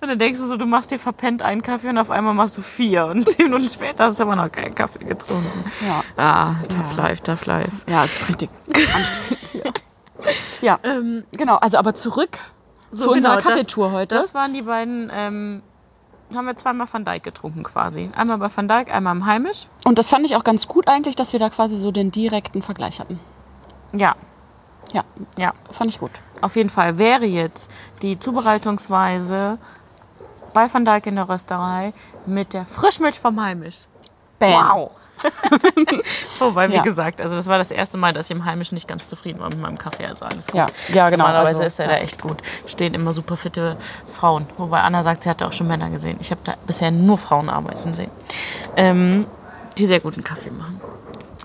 Und dann denkst du so, du machst dir verpennt einen Kaffee und auf einmal machst du vier. Und zehn Minuten später hast du immer noch keinen Kaffee getrunken. Ja. Ah, tough life, tough life. Ja, es ist [laughs] richtig anstrengend. Ja, ja. genau. Also aber zurück zu unserer Ähm, genau, das- Kaffeetour heute. Das waren die beiden, ähm, haben wir zweimal Van Dijk getrunken quasi. Einmal bei Van Dijk, einmal im Heimisch. und das fand ich auch ganz gut eigentlich, dass wir da quasi so den direkten Vergleich hatten. Ja, Ja, ja. fand ich gut. Auf jeden Fall wäre jetzt die Zubereitungsweise bei Van Dijk in der Rösterei mit der Frischmilch vom Heimisch. Bam. [laughs] Wow. Wobei, wie Ja. gesagt, also das war das erste Mal, dass ich im Heimischen nicht ganz zufrieden war mit meinem Kaffee. Also alles gut. Ja, ja, genau, Normalerweise also, ist er da echt gut. Stehen immer super fitte Frauen. Wobei Anna sagt, sie hatte auch schon Männer gesehen. Ich habe da bisher nur Frauen arbeiten sehen, ähm, die sehr guten Kaffee machen.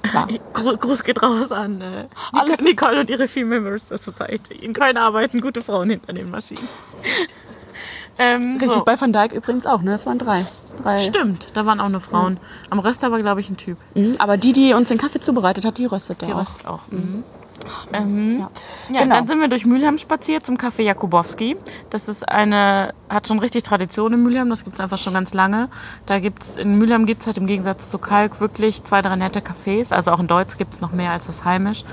Klar. [laughs] Gru Gruß geht raus an äh, Nic- Nicole und ihre Female Members der Society. In Köln arbeiten gute Frauen hinter den Maschinen. [laughs] Ähm, Richtig, so. bei Van Dijk übrigens auch, ne? Das waren drei. drei. Stimmt, da waren auch nur Frauen. Hm. Am Röster war, glaube ich, ein Typ. Mhm, Aber die, die uns den Kaffee zubereitet hat, die röstet da Die auch. Röst auch. Mhm. Ähm, Ja. ja, genau. dann sind wir durch Mülheim spaziert zum Café Jakubowski. Das ist eine, hat schon richtig Tradition in Mülheim, das gibt es einfach schon ganz lange. Da gibt's, in Mülheim gibt es halt im Gegensatz zu Kalk wirklich zwei, drei nette Cafés. Also auch in Deutsch gibt es noch mehr als das heimisch.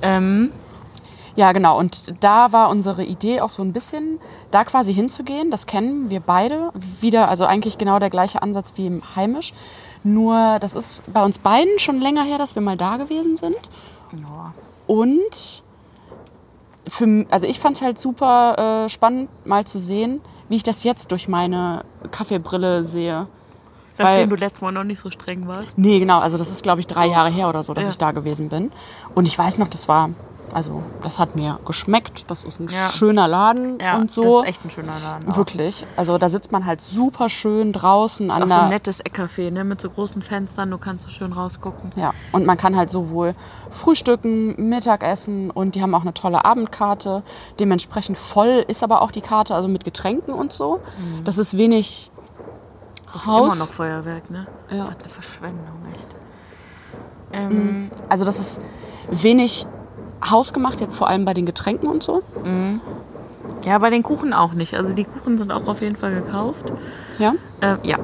Ähm, Ja, genau. Und da war unsere Idee auch so ein bisschen, da quasi hinzugehen. Das kennen wir beide. Wieder, also eigentlich genau der gleiche Ansatz wie im Heimisch. Nur, das ist bei uns beiden schon länger her, dass wir mal da gewesen sind. ja. Und für, m- also ich fand es halt super äh, spannend, mal zu sehen, wie ich das jetzt durch meine Kaffeebrille sehe. Nachdem du letztes Mal noch nicht so streng warst. Nee, genau. Also das ist, glaube ich, drei Jahre her oder so, dass Oh. Ja. ich da gewesen bin. Und ich weiß noch, das war, also das hat mir geschmeckt. Das ist ein Ja. schöner Laden Ja, und so. das ist echt ein schöner Laden. Auch. Wirklich. Also da sitzt man halt super schön draußen Auch an so ein der. nettes Eckcafé, ne? Mit so großen Fenstern, du kannst so schön rausgucken. Ja, und man kann halt sowohl frühstücken, Mittagessen und die haben auch eine tolle Abendkarte. Dementsprechend voll ist aber auch die Karte, also mit Getränken und so. Das ist wenig Mhm. Das Haus. ist immer noch Feuerwerk, ne? Ja. Das ist eine Verschwendung, echt. Ähm, Also das ist wenig hausgemacht, jetzt vor allem bei den Getränken und so. Ja, bei den Kuchen auch nicht. Also die Kuchen sind auch auf jeden Fall gekauft. Ja. Ähm, ja,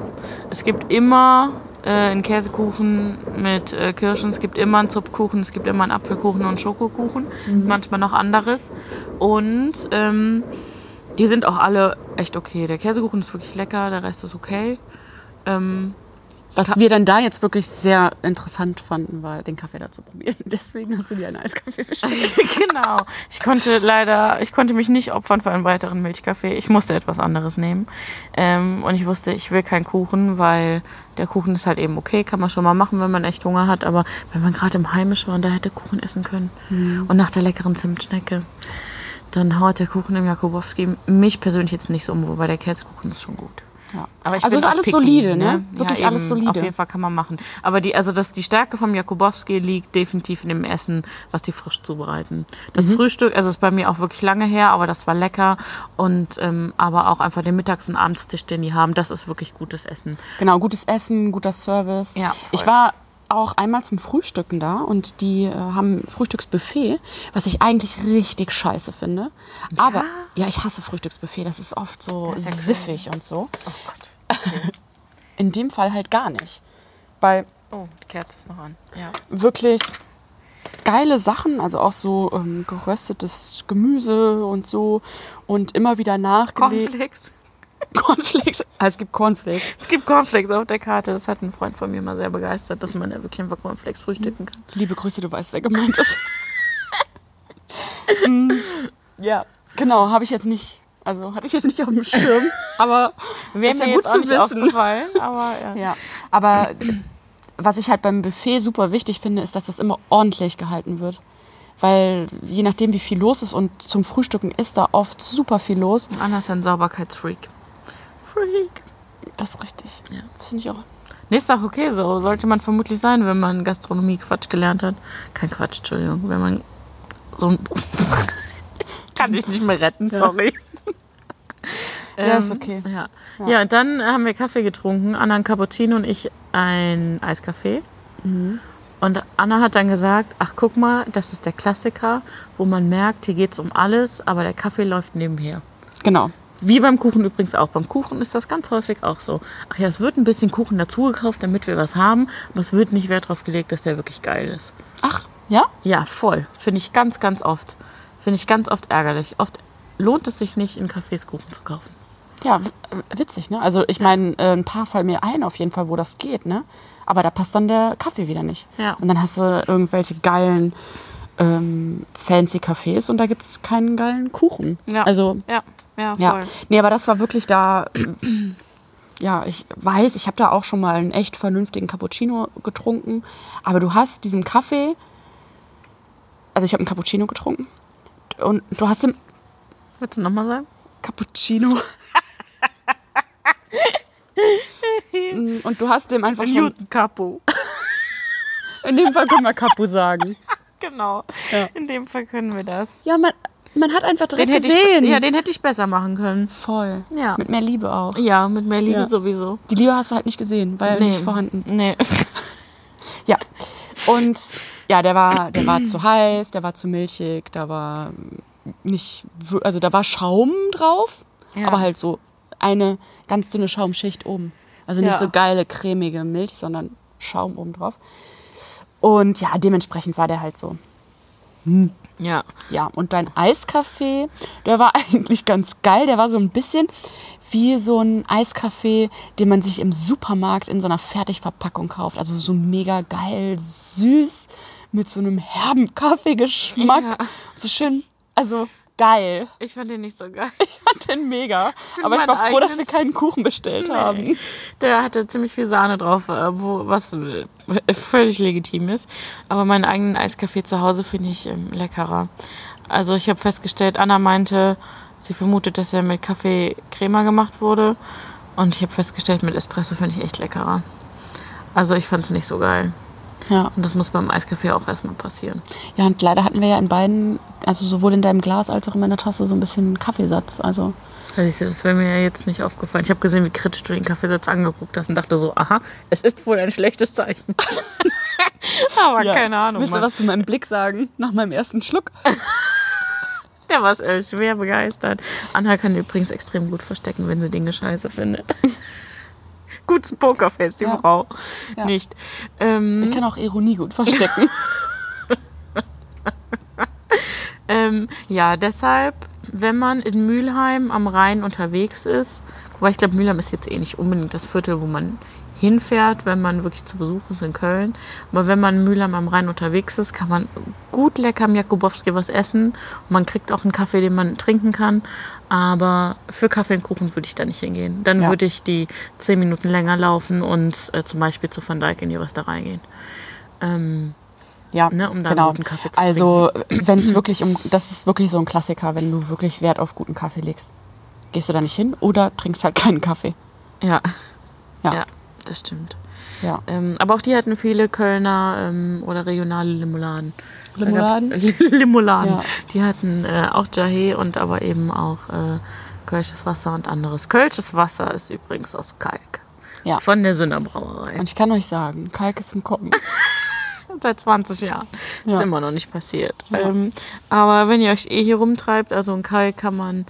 es gibt immer äh, einen Käsekuchen mit äh, Kirschen, es gibt immer einen Zupfkuchen, es gibt immer einen Apfelkuchen und einen Schokokuchen, manchmal noch anderes. Und ähm, die sind auch alle echt okay. Der Käsekuchen ist wirklich lecker, der Rest ist okay. Ähm, Was wir dann da jetzt wirklich sehr interessant fanden, war den Kaffee da zu probieren. [laughs] Deswegen hast du dir einen Eiskaffee bestellt. [laughs] genau. Ich konnte leider, ich konnte mich nicht opfern für einen weiteren Milchkaffee. Ich musste etwas anderes nehmen. Ähm, und ich wusste, ich will keinen Kuchen, weil der Kuchen ist halt eben okay, kann man schon mal machen, wenn man echt Hunger hat. Aber wenn man gerade im Heimisch war und da hätte Kuchen essen können und nach der leckeren Zimtschnecke, dann haut der Kuchen im Jakubowski mich persönlich jetzt nicht so um, wobei der Käsekuchen ist schon gut. Ja. Aber ich also bin ist auch alles picky, solide, ne? Wirklich Ja, alles eben. solide. Auf jeden Fall kann man machen. Aber die, also das, die Stärke vom Jakubowski liegt definitiv in dem Essen, was die frisch zubereiten. Das Mhm. Frühstück, also ist bei mir auch wirklich lange her, aber das war lecker. Und ähm, aber auch einfach den Mittags- und Abendstisch, den die haben, das ist wirklich gutes Essen. Genau, gutes Essen, guter Service. Ja, voll. ich war auch einmal zum Frühstücken da und die äh, haben ein Frühstücksbuffet, was ich eigentlich richtig scheiße finde. Aber ja, ich hasse Frühstücksbuffet, das ist oft so ist ja krank. siffig und so. Oh Gott. In dem Fall halt gar nicht. Weil Oh, die Kerze ist noch an. Ja. wirklich geile Sachen, also auch so ähm, geröstetes Gemüse und so und immer wieder nachgelegt. Cornflakes. [laughs] Cornflakes. Ah, es gibt Cornflakes. Es gibt Cornflakes auf der Karte. Das hat ein Freund von mir mal sehr begeistert, dass man ja wirklich einfach Cornflakes frühstücken kann. Liebe Grüße, du weißt, wer gemeint [laughs] ist. Hm. ja. Genau, habe ich jetzt nicht, also hatte ich jetzt nicht auf dem Schirm, aber wäre mir gut zu wissen. aufgefallen, aber ja. Ja, aber was ich halt beim Buffet super wichtig finde, ist, dass das immer ordentlich gehalten wird. Weil je nachdem, wie viel los ist und zum Frühstücken ist da oft super viel los. Anna ist ein Sauberkeitsfreak. Freak. Das ist richtig. Ja. Das finde ich auch. Nee, ist doch okay so. Sollte man vermutlich sein, wenn man Gastronomie-Quatsch gelernt hat. Kein Quatsch, Entschuldigung. Wenn man so ein... [laughs] Kann ich nicht mehr retten, sorry. Ja, ist okay. Ja. Ja. und dann haben wir Kaffee getrunken. Anna ein Cappuccino und ich ein Eiskaffee. Mhm. Und Anna hat dann gesagt, ach guck mal, das ist der Klassiker, wo man merkt, hier geht's um alles, aber der Kaffee läuft nebenher. Genau. Wie beim Kuchen übrigens auch. Beim Kuchen ist das ganz häufig auch so. Ach ja, es wird ein bisschen Kuchen dazugekauft, damit wir was haben, aber es wird nicht Wert darauf gelegt, dass der wirklich geil ist. Ach, ja? Ja, voll. Finde ich ganz, ganz oft. Finde ich ganz oft ärgerlich. Oft lohnt es sich nicht, in Cafés Kuchen zu kaufen. Ja, w- äh, witzig, ne? Also ich meine, äh, ein paar fallen mir ein auf jeden Fall, wo das geht, ne? Aber da passt dann der Kaffee wieder nicht. Ja. Und dann hast du irgendwelche geilen ähm, fancy Cafés und da gibt es keinen geilen Kuchen. Also, ja, ja, ja. Nee, aber das war wirklich da. Ja, ich weiß, ich habe da auch schon mal einen echt vernünftigen Cappuccino getrunken. Aber du hast diesem Kaffee. Also ich habe einen Cappuccino getrunken. Und du hast dem Willst du nochmal sagen? Cappuccino. Mm, [laughs] Und du hast dem einfach schon. Capo. [laughs] In dem Fall können wir Capu sagen. Genau. Ja. In dem Fall können wir das. Ja, mein, Man hat einfach direkt Den hätte gesehen. ich, ja, den hätte ich besser machen können. Voll. Ja. Mit mehr Liebe auch. Ja, Äh, mit mehr Liebe Ja. sowieso. Die Liebe hast du halt nicht gesehen, weil nicht vorhanden. [laughs] Nee. Ja. Und ja, der war, der war zu heiß, der war zu milchig, da war nicht, wir- also da war Schaum drauf, Ja. aber halt so eine ganz dünne Schaumschicht oben. Also nicht Ja. so geile cremige Milch, sondern Schaum oben drauf. Und ja, dementsprechend war der halt so. Ja. Ja, und dein Eiskaffee, der war [laughs] eigentlich ganz geil. Der war so ein bisschen wie so ein Eiskaffee, den man sich im Supermarkt in so einer Fertigverpackung kauft. Also so mega geil, süß, mit so einem herben Kaffeegeschmack. Ja. So schön, also geil. [laughs] Ich fand den nicht so geil. Ich fand den mega. finde Aber ich war meinen froh, dass wir eigenen- keinen Kuchen bestellt haben. Der hatte ziemlich viel Sahne drauf, äh, wo, was äh, völlig legitim ist. Aber meinen eigenen Eiskaffee zu Hause finde ich ähm, leckerer. Also ich habe festgestellt, Anna meinte, sie vermutet, dass er mit Kaffee Crema gemacht wurde. Und ich habe festgestellt, mit Espresso finde ich echt leckerer. Also ich fand es nicht so geil. Ja. Und das muss beim Eiskaffee auch erstmal passieren. ja, und leider hatten wir ja in beiden, also sowohl in deinem Glas als auch in meiner Tasse, so ein bisschen Kaffeesatz. Also Also ich, das wäre mir ja jetzt nicht aufgefallen. Ich habe gesehen, wie kritisch du den Kaffeesatz angeguckt hast und dachte so, aha, es ist wohl ein schlechtes Zeichen. [laughs] Aber keine Ahnung. Willst du Mann. was zu meinem Blick sagen nach meinem ersten Schluck? Der war äh, schwer begeistert. Anna kann übrigens extrem gut verstecken, wenn sie Dinge scheiße findet. [laughs] Gutes Pokerface, die Ja. Frau. Ja. Nicht. Ähm, Ich kann auch Ironie gut verstecken. Ähm, ja, deshalb, wenn man in Mülheim am Rhein unterwegs ist, wobei ich glaube, Mülheim ist jetzt eh nicht unbedingt das Viertel, wo man hinfährt, wenn man wirklich zu Besuch ist in Köln. Aber wenn man in Mülheim am Rhein unterwegs ist, kann man gut lecker am Jakubowski was essen. Und man kriegt auch einen Kaffee, den man trinken kann. Aber für Kaffee und Kuchen würde ich da nicht hingehen. Dann Ja. würde ich die zehn Minuten länger laufen und äh, zum Beispiel zu Van Dijk in die Rösterei gehen. Ähm, [laughs] Ja, genau. Ne, um da einen guten Kaffee zu Also, wenn es wirklich um, das ist wirklich so ein Klassiker, wenn du wirklich Wert auf guten Kaffee legst. Gehst du da nicht hin oder trinkst halt keinen Kaffee. ja. Ja. ja, das stimmt. Ja. Ähm, aber auch die hatten viele Kölner ähm, oder regionale Limonaden. Da gab's- Limonaden? [laughs] Limonaden. Ja. Die hatten äh, auch Jahe und aber eben auch äh, Kölsches Wasser und anderes. Kölsches Wasser ist übrigens aus Kalk. Ja. Von der Sünder Brauerei. Und ich kann euch sagen, Kalk ist im Kommen. [laughs] Seit 20 Jahren. Ja. Ist immer noch nicht passiert. Ähm, aber wenn ihr euch eh hier rumtreibt, also in Kalk kann man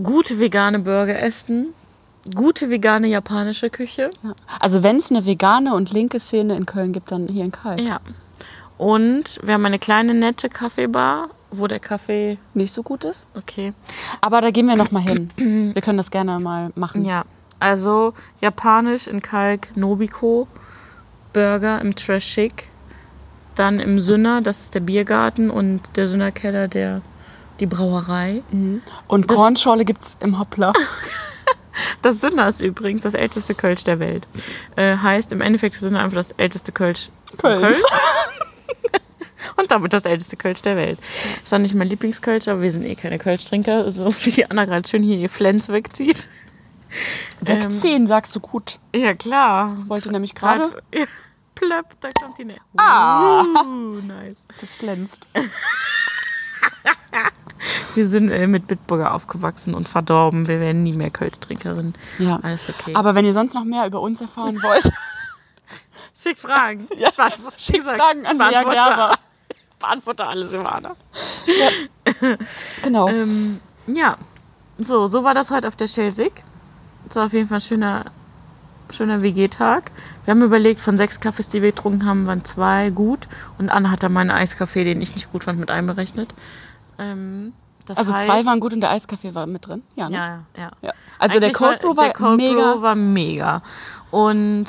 gute vegane Burger essen, gute vegane japanische Küche. Ja. Also, wenn es eine vegane und linke Szene in Köln gibt, dann hier in Kalk. Ja. Und wir haben eine kleine nette Kaffeebar, wo der Kaffee. Nicht so gut ist. Okay. Aber da gehen wir nochmal hin. Wir können das gerne mal machen. Ja. Also japanisch in Kalk Nobiko, Burger im Trash Chic, dann im Sünner, das ist der Biergarten und der Sünner Keller, der die Brauerei. Und Kornschorle gibt es im [laughs] Hoppler. Das Sünner ist übrigens das älteste Kölsch der Welt. Äh, heißt im Endeffekt ist Sünner einfach das älteste Kölsch Kölns. Köln. Und damit das älteste Kölsch der Welt. Ist dann nicht mein Lieblingskölsch, aber wir sind eh keine Kölsch-Trinker, so wie die Anna gerade schön hier ihr Flens wegzieht. Ähm, Wegziehen, sagst du gut. Ja, klar. Halt, Wollte nämlich gerade. [laughs] Ja, Plöpp, da kommt die Nähe. Ah! Uh, nice. Das glänzt. Wir sind äh, mit Bitburger aufgewachsen und verdorben. Wir werden nie mehr Kölsch-Trinkerin. Ja. Alles okay. Aber wenn ihr sonst noch mehr über uns erfahren wollt, schick Fragen. [laughs] ja, schick Fragen an Lea Gerber. Beantworte alles ne? über Anna. genau. Ähm, ja, so, so war das heute auf der Schelsig. Es war auf jeden Fall ein schöner, schöner WG-Tag. Wir haben überlegt, von sechs Kaffees, die wir getrunken haben, waren zwei gut. Und Anna hat dann meinen Eiskaffee, den ich nicht gut fand, mit einberechnet. Ähm, das Also heißt, zwei waren gut und der Eiskaffee war mit drin. Ja, ne? Ja, ja. Ja. Also der Eigentlich Cold Brew war der Cold mega. Brew war mega. Und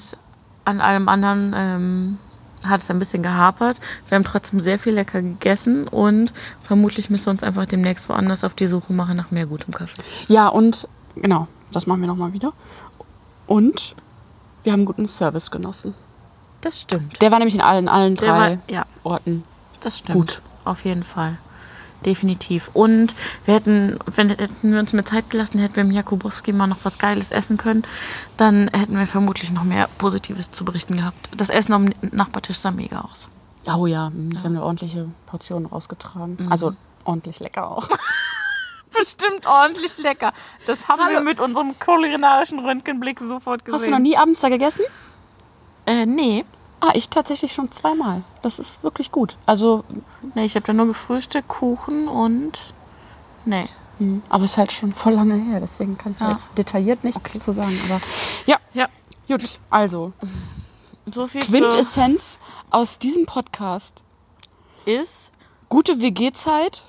an allem anderen ähm, hat es ein bisschen gehapert. Wir haben trotzdem sehr viel lecker gegessen und vermutlich müssen wir uns einfach demnächst woanders auf die Suche machen nach mehr gutem Kaffee. Ja, und genau, das machen wir nochmal wieder. Und wir haben guten Service genossen. Das stimmt. Der war nämlich in allen, allen Der drei war- ja. Orten. Das stimmt. Gut. Auf jeden Fall. Definitiv. Und wir hätten, wenn hätten wir uns mehr Zeit gelassen, hätten wir im Jakubowski mal noch was Geiles essen können, dann hätten wir vermutlich noch mehr Positives zu berichten gehabt. Das Essen am Nachbartisch sah mega aus. Oh ja, mhm, die haben eine ordentliche Portion rausgetragen. Also ordentlich lecker auch. Bestimmt ordentlich lecker. Das haben Hallo. wir mit unserem kulinarischen Röntgenblick sofort gesehen. Hast du noch nie abends da gegessen? Äh, nee. Ah, ich tatsächlich schon zweimal. Das ist wirklich gut. Also, Nee, ich habe da nur gefrühstückt, Kuchen und. Nee. mh, aber es ist halt schon voll lange her, deswegen kann ich da Ja. jetzt detailliert nichts zu sagen. Aber ja, Ja, gut. Also, so viel zu Quintessenz aus diesem Podcast. ist. Gute WG-Zeit.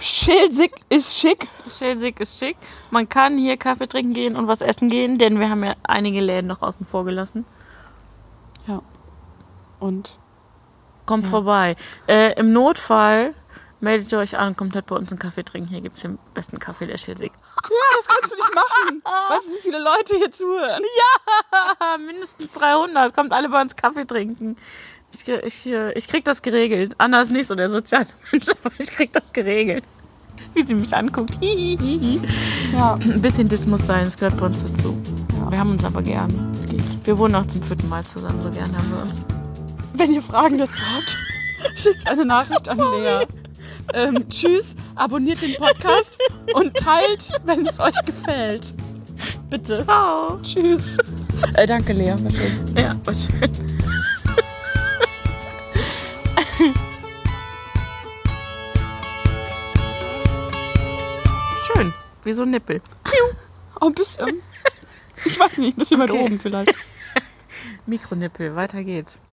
Schelsig ist schick. Schelsig ist schick. Man kann hier Kaffee trinken gehen und was essen gehen, denn wir haben ja einige Läden noch außen vor gelassen. Ja. Und Kommt vorbei. Äh, Im Notfall meldet ihr euch an und kommt halt bei uns einen Kaffee trinken. Hier gibt es den besten Kaffee der Schelsig. [laughs] das kannst du nicht machen. Weißt du, wie viele Leute hier zuhören? Ah, mindestens 300. Kommt alle bei uns Kaffee trinken. Ich, krie- ich, äh, ich krieg das geregelt. Anna ist nicht so der soziale [laughs] Mensch, aber ich krieg das geregelt. Wie sie mich anguckt. [laughs] Hihihihi. Ja, Ein bisschen das muss sein, das gehört bei uns dazu. Ja. Wir haben uns aber gern. geht. Wir wohnen auch zum vierten Mal zusammen, so gern haben wir uns. Wenn ihr Fragen dazu habt, [laughs] schickt eine Nachricht an Lea. Ähm, tschüss, abonniert den Podcast und teilt, wenn es euch gefällt. Bitte. Ciao. Tschüss. Äh, danke, Lea. War schön. Ja, war schön. schön. Wie so ein Nippel. Oh, ein bisschen. Ich weiß nicht, ein bisschen weiter Okay. oben vielleicht. Mikronippel, weiter geht's.